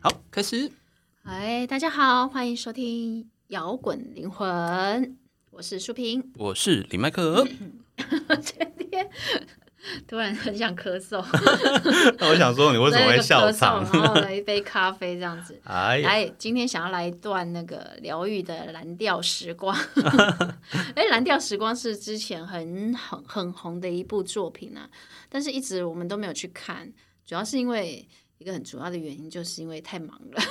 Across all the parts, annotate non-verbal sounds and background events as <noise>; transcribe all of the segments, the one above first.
好，开始。哎，大家好，欢迎收听《摇滚灵魂》，我是舒 <laughs> 萍。我是李麦克， <laughs> 突然很想咳嗽，那 <laughs> 我想说，你为什么会笑然场？后了一杯咖啡这样子。 <laughs> 哎呀，来，今天想要来一段那个疗愈的蓝调 <laughs> 时光。哎，蓝调时光是之前很很很红的一部作品啊，但是一直我们都没有去看，主要是因为一个很主要的原因，就是因为太忙了，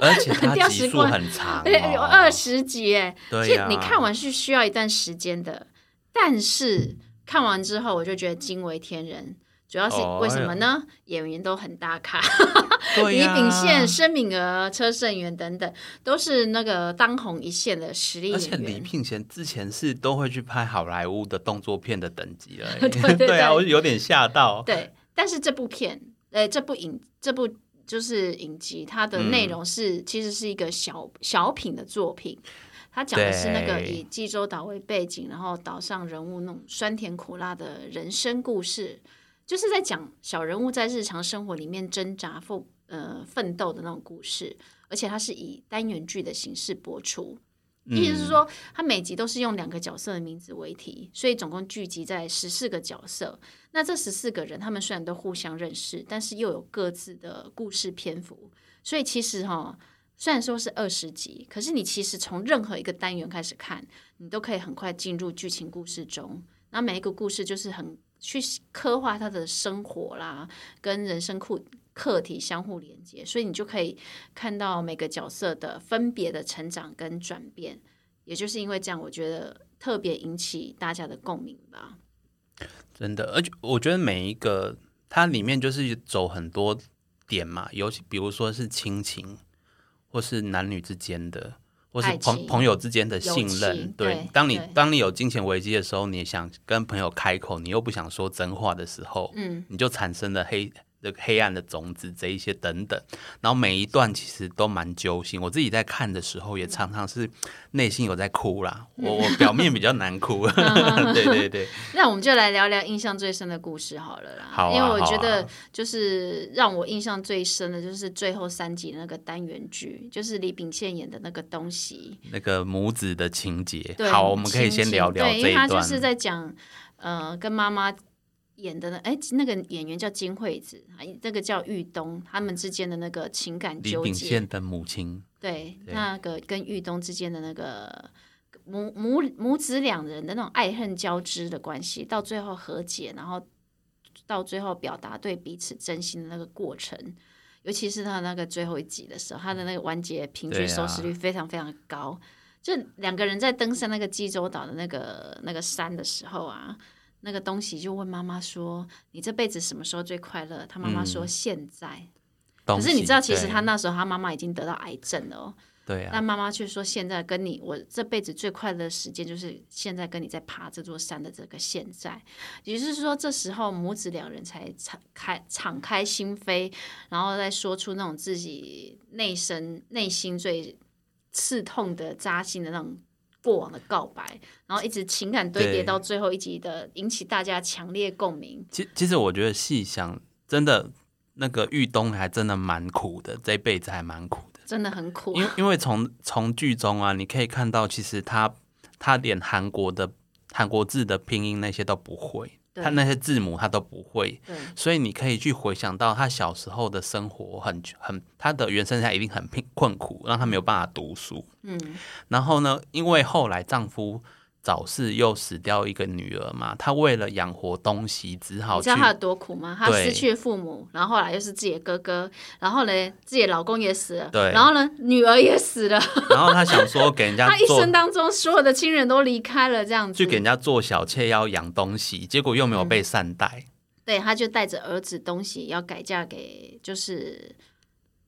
而且它掉集时数光很长、哎 <laughs> 有二哦，十集哎，对其呀、实你看完是需要一段时间的，但是看完之后我就觉得惊为天人。主要是哦为什么呢？演员都很大咖，对李呀秉宪、申敏儿、车胜元等等，都是那个当红一线的实力而且演李员。聘贤之前是都会去拍好莱坞的动作片的等级了、欸， <laughs> 对对啊，对我有点吓到。对，但是这部片，呃，这部影，这部就是影集，它的内容是、其实是一个小小品的作品。它讲的是那个对以济州岛为背景，然后岛上人物那种酸甜苦辣的人生故事，就是在讲小人物在日常生活里面挣扎、奋呃奋斗的那种故事。而且它是以单元剧的形式播出，意思是说，它每集都是用两个角色的名字为题，所以总共聚集在十四个角色。那这十四个人，他们虽然都互相认识，但是又有各自的故事篇幅。所以其实哈、虽然说是二十集，可是你其实从任何一个单元开始看，你都可以很快进入剧情故事中。那每一个故事就是很去刻画他的生活啦，跟人生库课题相互连接，所以你就可以看到每个角色的分别的成长跟转变。也就是因为这样，我觉得特别引起大家的共鸣吧。嗯真的，而且我觉得每一个它里面就是走很多点嘛，尤其比如说是亲情，或是男女之间的，或爱是情朋朋友之间的信友情任。对当你对当你有金钱危机的时候，你想跟朋友开口，你又不想说真话的时候，嗯，你就产生了黑。这个黑暗的种子，这一些等等，然后每一段其实都蛮揪心。我自己在看的时候，嗯也常常是内心有在哭啦。我我表面比较难 <laughs> 哭，对对对，那我们就来聊聊印象最深的故事好了啦。好啊因为我觉好得就是让我印象最深的就是最后三集那个单元剧，就是李秉宪演的那个东西。那个母子的情节对，。好，我们可以亲情先聊聊对，因这为一他段。就是在讲呃跟妈妈。演的呢？哎，那个演员叫金惠子，哎那个叫玉东，他们之间的那个情感李纠秉结宪，的母亲，对，对那个跟玉东之间的那个母母母子两人的那种爱恨交织的关系，到最后和解，然后到最后表达对彼此真心的那个过程，尤其是他那个最后一集的时候，他的那个完结平均对收啊视率非常非常高。就两个人在登上那个济州岛的那个那个山的时候啊，那个东西就问妈妈说：“你这辈子什么时候最快乐？”他妈妈说：“现在。”可可是你知道，其实嗯他那时候他妈妈已经得到癌症了哦。对啊，但妈妈却说，现在跟你，我这辈子最快乐的时间就是现在跟你在爬这座山的这个现在。也就是说，这时候母子两人才敞开敞开心扉，然后再说出那种自己内心内心最刺痛的、扎心的那种。过往的告白，然后一直情感堆叠对到最后一集的，引起大家强烈共鸣。其其实我觉得细想，真的那个玉东还真的蛮苦的，这一辈子还蛮苦的。真的很苦啊因，因为从从剧中啊，你可以看到，其实他他连韩国的韩国字的拼音那些都不会，对他那些字母他都不会，对所以你可以去回想到他小时候的生活很很，他的原生家一定很贫困苦，让他没有办法读书。嗯，然后呢，因为后来丈夫早逝又死掉一个女儿嘛，她为了养活东西，只好你知去道她有多苦吗？她对失去父母，然后后来又是自己的哥哥，然后呢，自己的老公也死了，对然后呢，女儿也死了，然后她想说给人家她一做生。当中所有的亲人都离开了，这样子去，给人家做小妾要养东西，结果又嗯没有被善待，对，她就带着儿子东西要改嫁给就是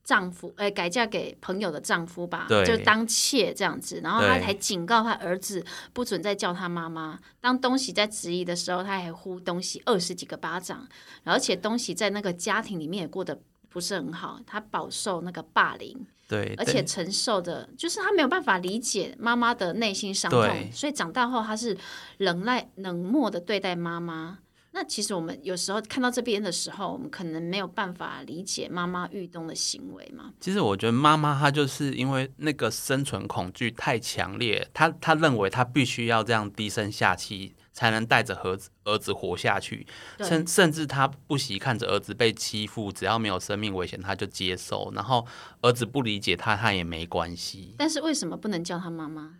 丈夫，哎、改嫁给朋友的丈夫吧，对就当妾这样子，然后对她还警告她儿子不准再叫她妈妈。当东西在质疑的时候，她还呼东西二十几个巴掌，而且东西在那个家庭里面也过得。不是很好，她饱受那个霸凌，对，而且对承受的，就是他没有办法理解妈妈的内心伤痛对，所以长大后他是冷耐冷漠的对待妈妈，那其实我们有时候看到这边的时候，我们可能没有办法理解妈妈遇动的行为嘛。其实我觉得妈妈她就是因为那个生存恐惧太强烈，她她认为她必须要这样低声下气。才能带着儿子儿子活下去，对甚甚至她不惜看着儿子被欺负，只要没有生命危险，她就接受。然后儿子不理解她，她也没关系。但是为什么不能叫她妈妈？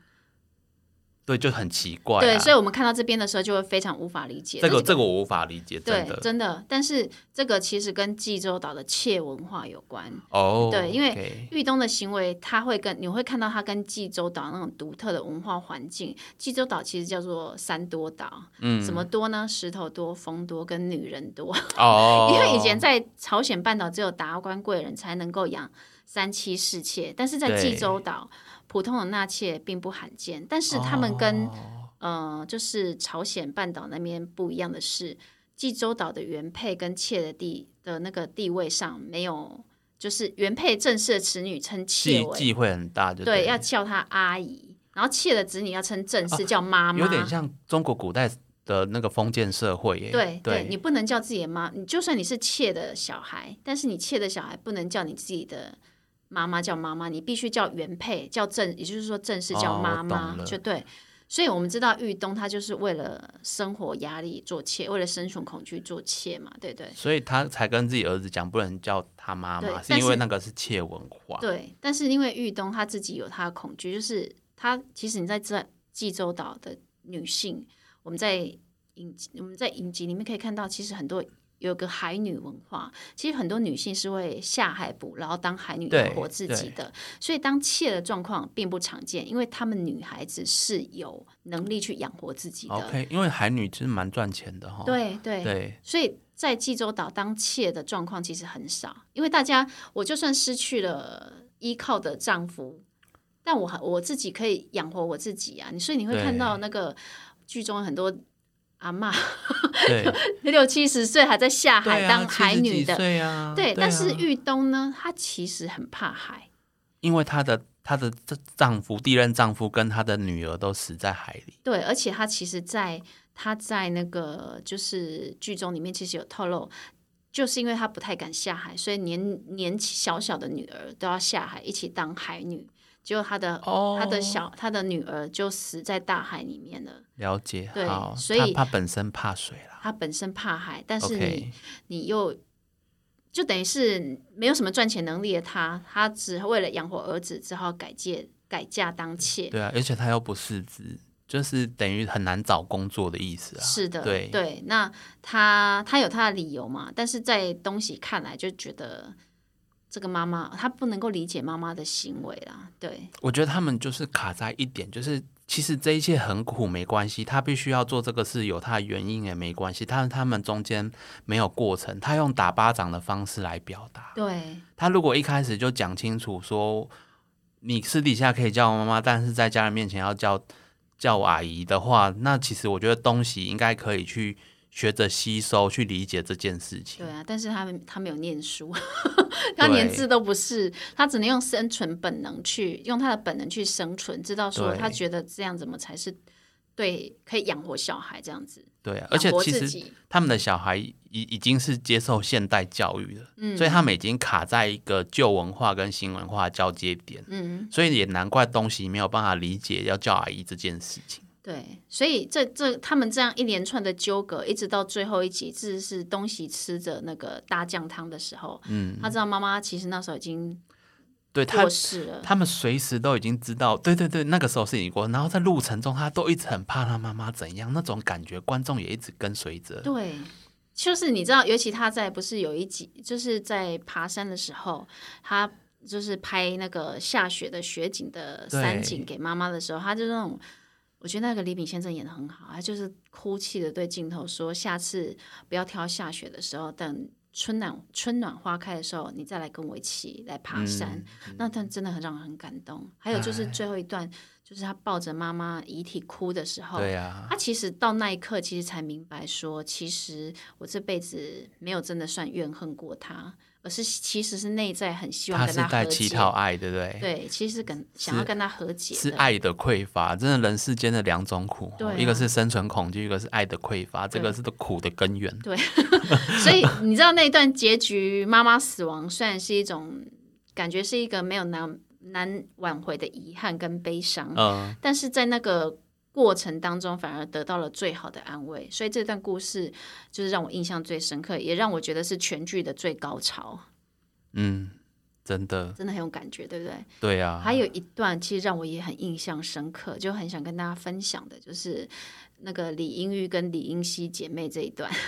对，就很奇怪、啊。对，所以以我们看到这边的时候就会非常无法理解这个那这个我无法理解，真对的真的，但是这个其实跟济州岛的妾文化有关。哦。对因为 OK 玉东的行为，他会跟你会看到他跟济州岛那种独特的文化环境。济州岛其实叫做三多岛，嗯，什么多呢？石头多、风多跟女人多。哦， <laughs> 因为以前在朝鲜半岛只有达官贵人才能够养三妻四妾，但是在济州岛，普通的纳妾并不罕见。但是他们跟、哦呃，就是朝鲜半岛那边不一样的是，济州岛的原配跟妾的地的那个地位上没有，就是原配正式的子女称妾忌为，忌讳很大，就对，了要叫她阿姨，然后妾的子女要称正式叫妈妈，啊有点像中国古代的那个封建社会耶。对对，你对不能叫自己的妈，你就算你是妾的小孩，但是你妾的小孩不能叫你自己的妈妈叫妈妈，你必须叫原配，叫正，也就是说正式叫哦妈懂妈，了就对。所以我们知道玉东他就是为了生活压力做妾，为了生存恐惧做妾嘛，对对所以他才跟自己儿子讲不能叫他妈对妈，是但因为是那个是妾文化。对。但是因为玉东他自己有他的恐惧，就是他其实你在这济州岛的女性，我们在影集我们在影集里面可以看到，其实很多有个海女文化，其实很多女性是会下海捕捞当海女对养活自己的，所以当妾的状况并不常见，因为她们女孩子是有能力去养活自己的。 OK，因为海女其实蛮赚钱的哈。对对对 <laughs> 所以在济州岛当妾的状况其实很少，因为大家我就算失去了依靠的丈夫，但我还我自己可以养活我自己啊。你所以你会看到那个剧中很多阿嬷对六七十岁还在下对海啊，当海70女几的，岁啊。对。但是啊玉东呢，她其实很怕海，因为她的她的这丈夫第一任丈夫跟她的女儿都死在海里。对，而且她其实在她在那个就是剧中里面其实有透露。就是因为她不太敢下海，所以年年纪小小的女儿都要下海一起当海女。结果她的、哦她的小她的女儿就死在大海里面了。了解，对好，所以她她本身怕水啦。她本身怕海，但是你 OK，你又就等于是没有什么赚钱能力的她，她只为了养活儿子，只好改借改嫁当妾。对啊，而且她又不识字，就是等于很难找工作的意思啊。是的，对那他他有他的理由嘛？但是在东西看来，就觉得这个妈妈她不能够理解妈妈的行为啦。对，我觉得他们就是卡在一点，就是其实这一切很苦没关系，他必须要做这个事有他的原因也没关系，但是他们中间没有过程，他用打巴掌的方式来表达。对，他如果一开始就讲清楚说，你私底下可以叫我妈妈，但是在家人面前要叫叫我阿姨的话，那其实我觉得东西应该可以去学着吸收，去理解这件事情对。啊。但是他们他没有念书， <laughs> 他对连字都不是，他只能用生存本能去用他的本能去生存，知道说对他觉得这样怎么才是对，可以养活小孩这样子，对啊，而且养活其自实己。他们的小孩已已经是接受现代教育了，嗯所以他们已经卡在一个旧文化跟新文化的交接点，嗯，所以也难怪东西没有办法理解要叫阿姨这件事情。对，所以这这他们这样一连串的纠葛，一直到最后一集，这是东西吃着那个大酱汤的时候，嗯，他知道妈妈其实那时候已经对他过，世了，他们随时都已经知道，对对对，那个时候是已经过，然后在路程中他都一直很怕他妈妈怎样，那种感觉观众也一直跟随着。对，就是你知道，尤其他在不是有一集，就是在爬山的时候，他就是拍那个下雪的雪景的山景给妈妈的时候，他就那种。我觉得那个李炳先生演的很好，他就是哭泣的对镜头说：“下次不要挑下雪的时候，等春暖春暖花开的时候，你再来跟我一起来爬山。那段真的很让人很感动。还有就是最后一段，就是他抱着妈妈遗体哭的时候，对啊，他其实到那一刻，其实才明白说，其实我这辈子没有真的算怨恨过他，而是其实是内在很希望他跟是和在乞。解讨爱，对不对？对，其实跟想要跟他和解是 <laughs> 的爱的匮乏，真的人世间的两种苦，对啊一个是生存恐惧，一个是爱的匮乏，这个是苦的根源。对，所以你知道那一段结局，妈妈死亡虽然是一种感觉是一个没有难难挽回的遗憾跟悲伤，嗯，但是在那个过程当中反而得到了最好的安慰，所以这段故事就是让我印象最深刻，也让我觉得是全剧的最高潮，嗯，真的，真的很有感觉，对不对？对啊，还有一段其实让我也很印象深刻，就很想跟大家分享的，就是那个李英玉跟李英熙姐妹这一段。 <laughs>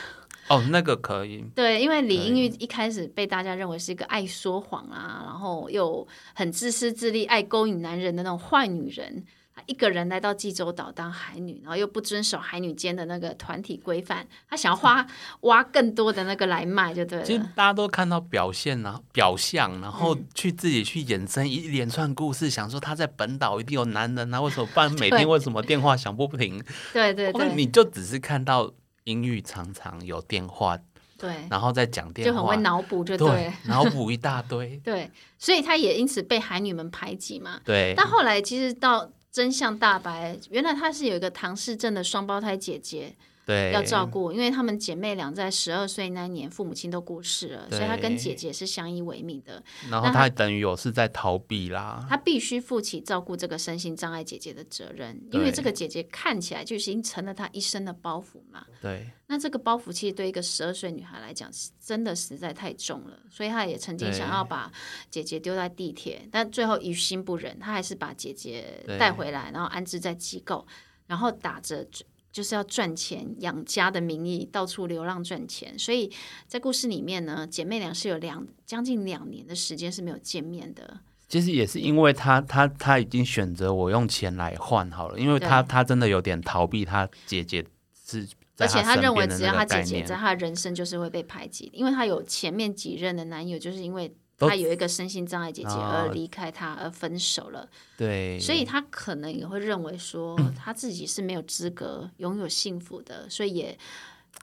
哦，那个可以，对，因为李英玉一开始被大家认为是一个爱说谎啊，然后又很自私自利、爱勾引男人的那种坏女人。她一个人来到济州岛当海女，然后又不遵守海女间的那个团体规范，她想要花挖更多的那个来卖，就对其实了。大家都看到表现啊，表象，然后嗯去自己去衍生一连串故事，想说他在本岛一定有男人啊，为什么不然每天为什么电话响不停？对 <laughs> 对我看对你就只是看到英语常常有电话，对，然后再讲就电很话会，脑补，就对对，，然后补一大堆对，所以她也因此被海女们排挤嘛。 <laughs> 对，但后来其实到真相大白，原来她是有一个唐氏症的双胞胎姐姐，对，要照顾，因为她们姐妹俩在十二岁那年父母亲都过世了，所以她跟姐姐是相依为命的。然后他等于有是在逃避啦，她必须负起照顾这个身心障碍姐姐的责任，因为对这个姐姐看起来就已经成了她一生的包袱嘛。对，那这个包袱其实对一个十二岁女孩来讲，是真的实在太重了，所以她也曾经对想要把姐姐丢在地铁，但最后于心不忍，她还是把姐姐对带回来，然后安置在机构，然后打着就是要赚钱养家的名义到处流浪赚钱。所以在故事里面呢，姐妹俩是有两将近两年的时间是没有见面的，其实也是因为他他他已经选择我用钱来换好了，因为他对他真的有点逃避他姐姐是在而且他她身认为边的只要那她个姐概姐念在，她的人生就是会被排挤，因为她有前面几任的男友，就是因为都她有一个身心障碍姐姐啊而离开她而分手了，对，所以她可能也会认为 <clears throat> 说她自己是没有资格拥有幸福的，所以也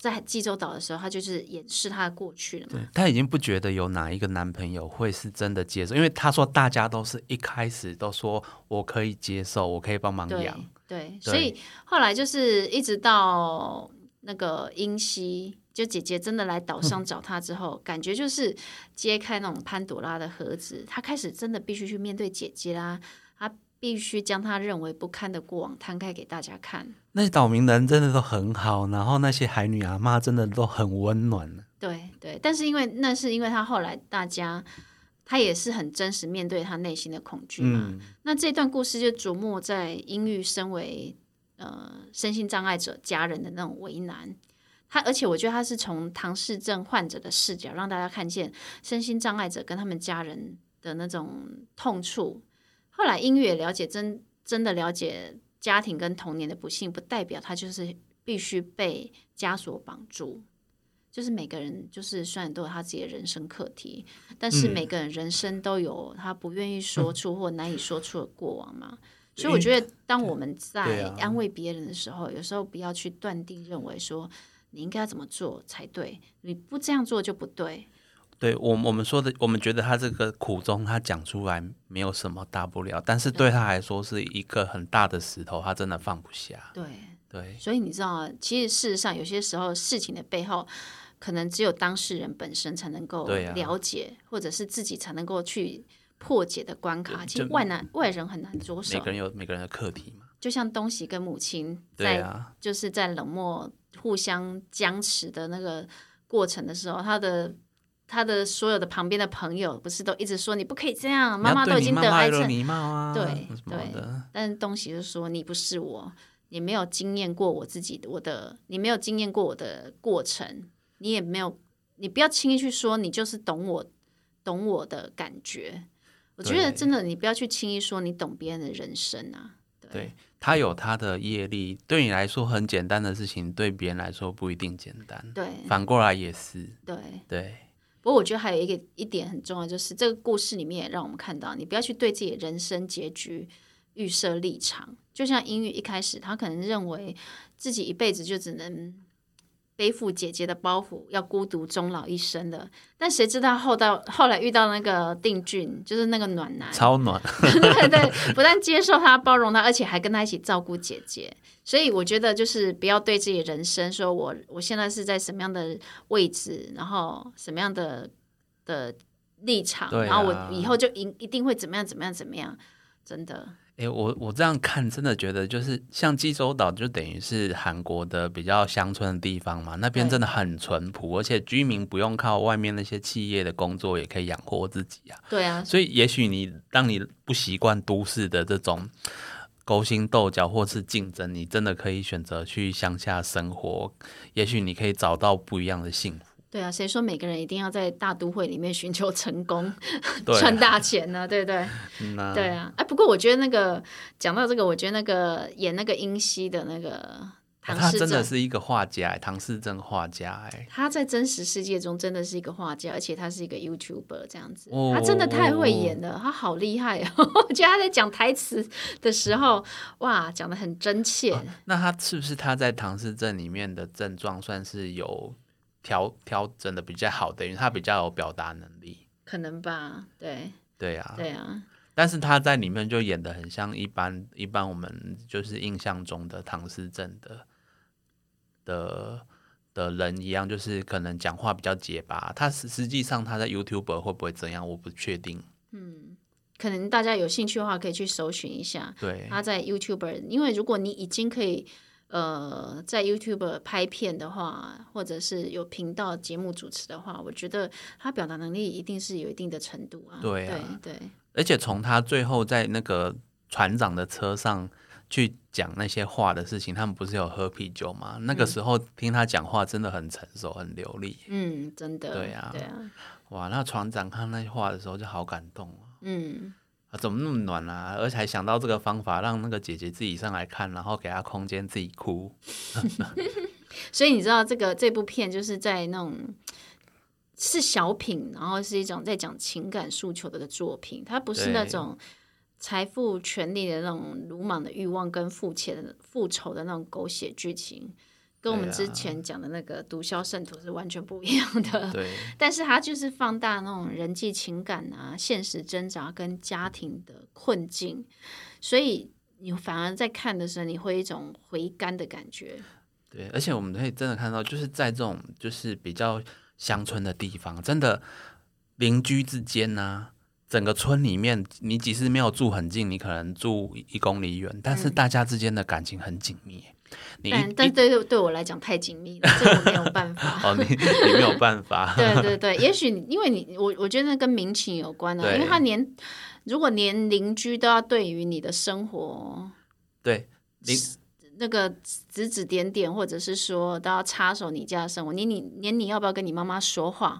在济州岛的时候，她就是掩饰她的过去了嘛。她已经不觉得有哪一个男朋友会是真的接受，因为她说大家都是一开始都说我可以接受，我可以帮忙对养，对，所以后来就是一直到那个英熙，就姐姐真的来岛上找她之后，感觉就是揭开那种潘朵拉的盒子，她开始真的必须去面对姐姐啦，她必须将她认为不堪的过往摊开给大家看。那些岛民人真的都很好，然后那些海女阿妈真的都很温暖，对对，但是因为那是因为她后来大家。她也是很真实面对她内心的恐惧嘛，嗯，那这段故事就琢磨在英玉身为呃身心障碍者家人的那种为难。他而且我觉得他是从唐氏症患者的视角，让大家看见身心障碍者跟他们家人的那种痛处。后来英玉也了解真真的了解家庭跟童年的不幸，不代表他就是必须被枷锁绑住。就是每个人，就是虽然都有他自己的人生课题，但是嗯每个人人生都有他不愿意说出或难以说出的过往嘛。所以我觉得，当我们对在啊安慰别人的时候，有时候不要去断定认为说你应该要怎么做才对，你不这样做就不对。对我我们说的，我们觉得他这个苦衷，他讲出来没有什么大不了，但是对他来说是一个很大的石头，他真的放不下。对，对，所以你知道啊，其实事实上有些时候事情的背后，可能只有当事人本身才能够对啊了解，或者是自己才能够去破解的关卡。其实就外难外人很难着每手个，人有每个人的课题嘛。就像东西跟母亲对在啊，就是在冷漠互相僵持的那个过程的时候，他的他的所有的旁边的朋友不是都一直说你不可以这样，妈妈你都要已对你经妈得妈癌要有症，礼貌啊，对什么的。但是东西就说你不是我，你没有经验过我自己的我的，你没有经验过我的过程，你也没有，你不要轻易去说你就是懂我，懂我的感觉。我觉得对真的，你不要去轻易说你懂别人的人生啊。对他有他的业力，对你来说很简单的事情，对别人来说不一定简单，对反过来也是。对，对，不过我觉得还有一个一点很重要，就是这个故事里面也让我们看到，你不要去对自己的人生结局预设立场。就像英语一开始，他可能认为自己一辈子就只能背负姐姐的包袱，要孤独终老一生的。但谁知道后到后来遇到那个定俊，就是那个暖 <laughs> 男，超暖，对对，不但接受他、包容他，而且还跟他一起照顾姐姐。所以我觉得就是不要对自己人生说我我现在是在什么样的位置，然后什么样的的立场，对啊然后我以后就一一定会怎么样怎么样怎么样，真的诶，我我这样看，真的觉得就是像济州岛，就等于是韩国的比较乡村的地方嘛，那边对真的很淳朴，而且居民不用靠外面那些企业的工作也可以养活自己啊。对啊，所以也许你当你不习惯都市的这种勾心斗角或是竞争，你真的可以选择去乡下生活，也许你可以找到不一样的幸福。对啊，谁说每个人一定要在大都会里面寻求成功、 <laughs> 对啊嗯赚大钱呢？对不对？那对啊，哎，不过我觉得那个讲到这个，我觉得那个演那个英熙的那个唐哎他诗真正的是一个画家、欸唐氏症画家、哎。他在真实世界中真的是一个画家，而且他是一个 YouTuber 这样子，哦他真的太会演了，他好厉害哦！ <laughs> 我觉得他在讲台词的时候，哇，讲的很真切。那他是不是他在唐氏症里面的症状算是有调调整的比较好的，因为他比较有表达能力？可能吧，对对啊，对啊，但是他在里面就演的很像一般一般我们就是印象中的唐氏症的的的人一样，就是可能讲话比较结巴。他实实际上他在 YouTube 会不会这样，我不确定。嗯可能大家有兴趣的话，可以去搜寻一下对，他在 YouTuber，因为如果你已经可以。呃，在 YouTube 拍片的话，或者是有频道节目主持的话，我觉得他表达能力一定是有一定的程度啊。对啊对对，而且从他最后在那个船长的车上去讲那些话的事情，他们不是有喝啤酒吗？那个时候听他讲话真的很成熟，很流利。嗯，真的。对啊对啊，哇，那船长看那些话的时候就好感动啊！嗯。啊怎么那么暖啊？而且还想到这个方法，让那个姐姐自己上来看，然后给她空间自己哭。所以你知道这个这部片就是在那种是小品，然后是一种在讲情感诉求的一个作品，它不是对那种财富、权力的那种鲁莽的欲望跟付钱的复仇的那种狗血剧情，跟我们对啊之前讲的那个《毒枭圣徒》是完全不一样的。对，但是它就是放大那种人际情感啊、现实挣扎跟家庭的困境，所以你反而在看的时候，你会有一种回甘的感觉。对，而且我们可以真的看到，就是在这种就是比较乡村的地方，真的邻居之间呢、整个村里面，你即使没有住很近，你可能住一公里远，但是大家之间的感情很紧密。你一但但一嗯对对对我来讲太紧密了，这个我没有 <laughs> 办法。哦，你你没有办 <laughs> 法，对对对，也许你因为你我我觉得那跟民情有关啊，对因为他连如果连邻居都要对于你的生活对，你那个指指点点，或者是说都要插手你家的生活，连你连你要不要跟你妈妈说话，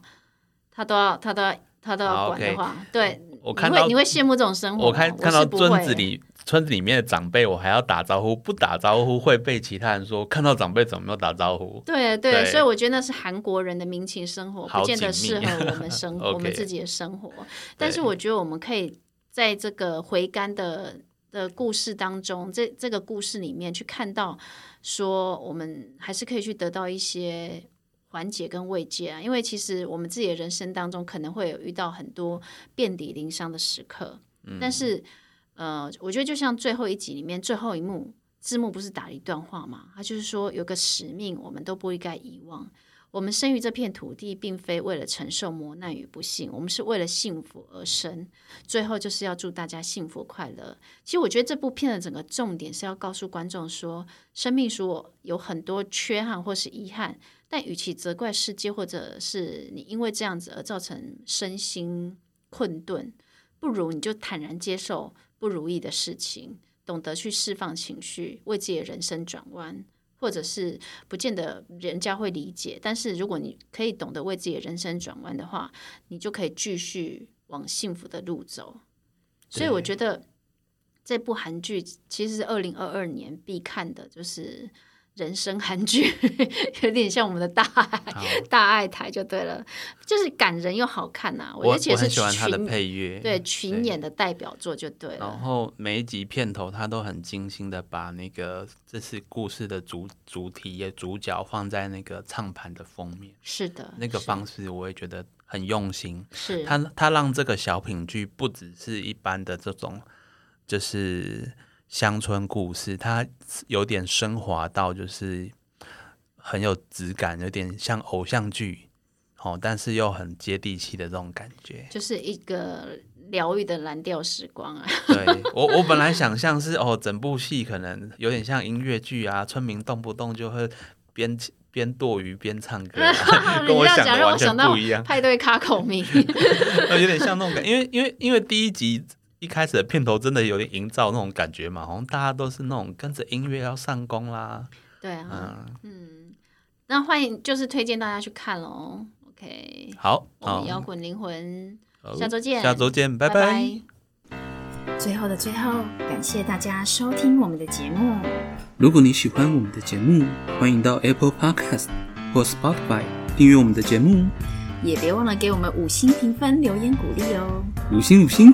他都要他都要他都要好管的 OK 话，对，我你看到会你会羡慕这种生活吗？我看看到是不会村子里村子里面的长辈，我还要打招呼，不打招呼会被其他人说看到长辈怎么没有打招呼。对对，对所以我觉得那是韩国人的民情生活，好不见得紧适密合我们生 OK 我们自己的生活。但是我觉得我们可以在这个回甘的的故事当中，这这个故事里面去看到，说我们还是可以去得到一些缓解跟慰藉啊。因为其实我们自己的人生当中，可能会有遇到很多遍体鳞伤的时刻，但是呃，我觉得就像最后一集里面最后一幕，字幕不是打了一段话嘛？他就是说有个使命，我们都不应该遗忘。我们生于这片土地，并非为了承受磨难与不幸，我们是为了幸福而生。最后就是要祝大家幸福快乐。其实我觉得这部片的整个重点是要告诉观众说，生命如果有很多缺憾或是遗憾，但与其责怪世界，或者是你因为这样子而造成身心困顿，不如你就坦然接受不如意的事情，懂得去释放情绪，为自己的人生转弯。或者是不见得人家会理解，但是如果你可以懂得为自己的人生转弯的话，你就可以继续往幸福的路走。所以对我觉得这部韩剧其实是二零二二年必看的，就是人生韩剧，有点像我们的大爱好大爱台就对了，就是感人又好看呐、我我觉得我其很实喜欢是他的群配乐，对群演的代表作就对然了。后每一集片头，他都很精心的把那个这次故事的主主题也主角放在那个唱盘的封面，是的，那个是方式我也觉得很用心。是他他让这个小品剧不只是一般的这种，就是乡村故事，它有点升华到就是很有质感，有点像偶像剧，哦，但是又很接地气的这种感觉。就是一个疗愈的蓝调时光啊，对我，我本来想象是哦，整部戏可能有点像音乐剧啊，村民动不动就会边边剁鱼边唱歌啊、 <laughs> <laughs> 跟你我这样想的讲让我完全想到不一样，派对卡口蜜，呃有点像那种感，因为因为因为第一集。一开始的片头真的有点营造那种感觉嘛，好像大家都是那种跟着音乐要上工啦，对啊，嗯，嗯，那欢迎就是推荐大家去看喽。OK，好，我们摇哦滚灵魂，好下周见下周见，拜拜拜最后的最后，感谢大家收听我们的节目。如果你喜欢我们的节目，欢迎到 Apple Podcast 或 Spotify 订阅我们的节目，也别忘了给我们五星评分、留言鼓励哦。五星五星，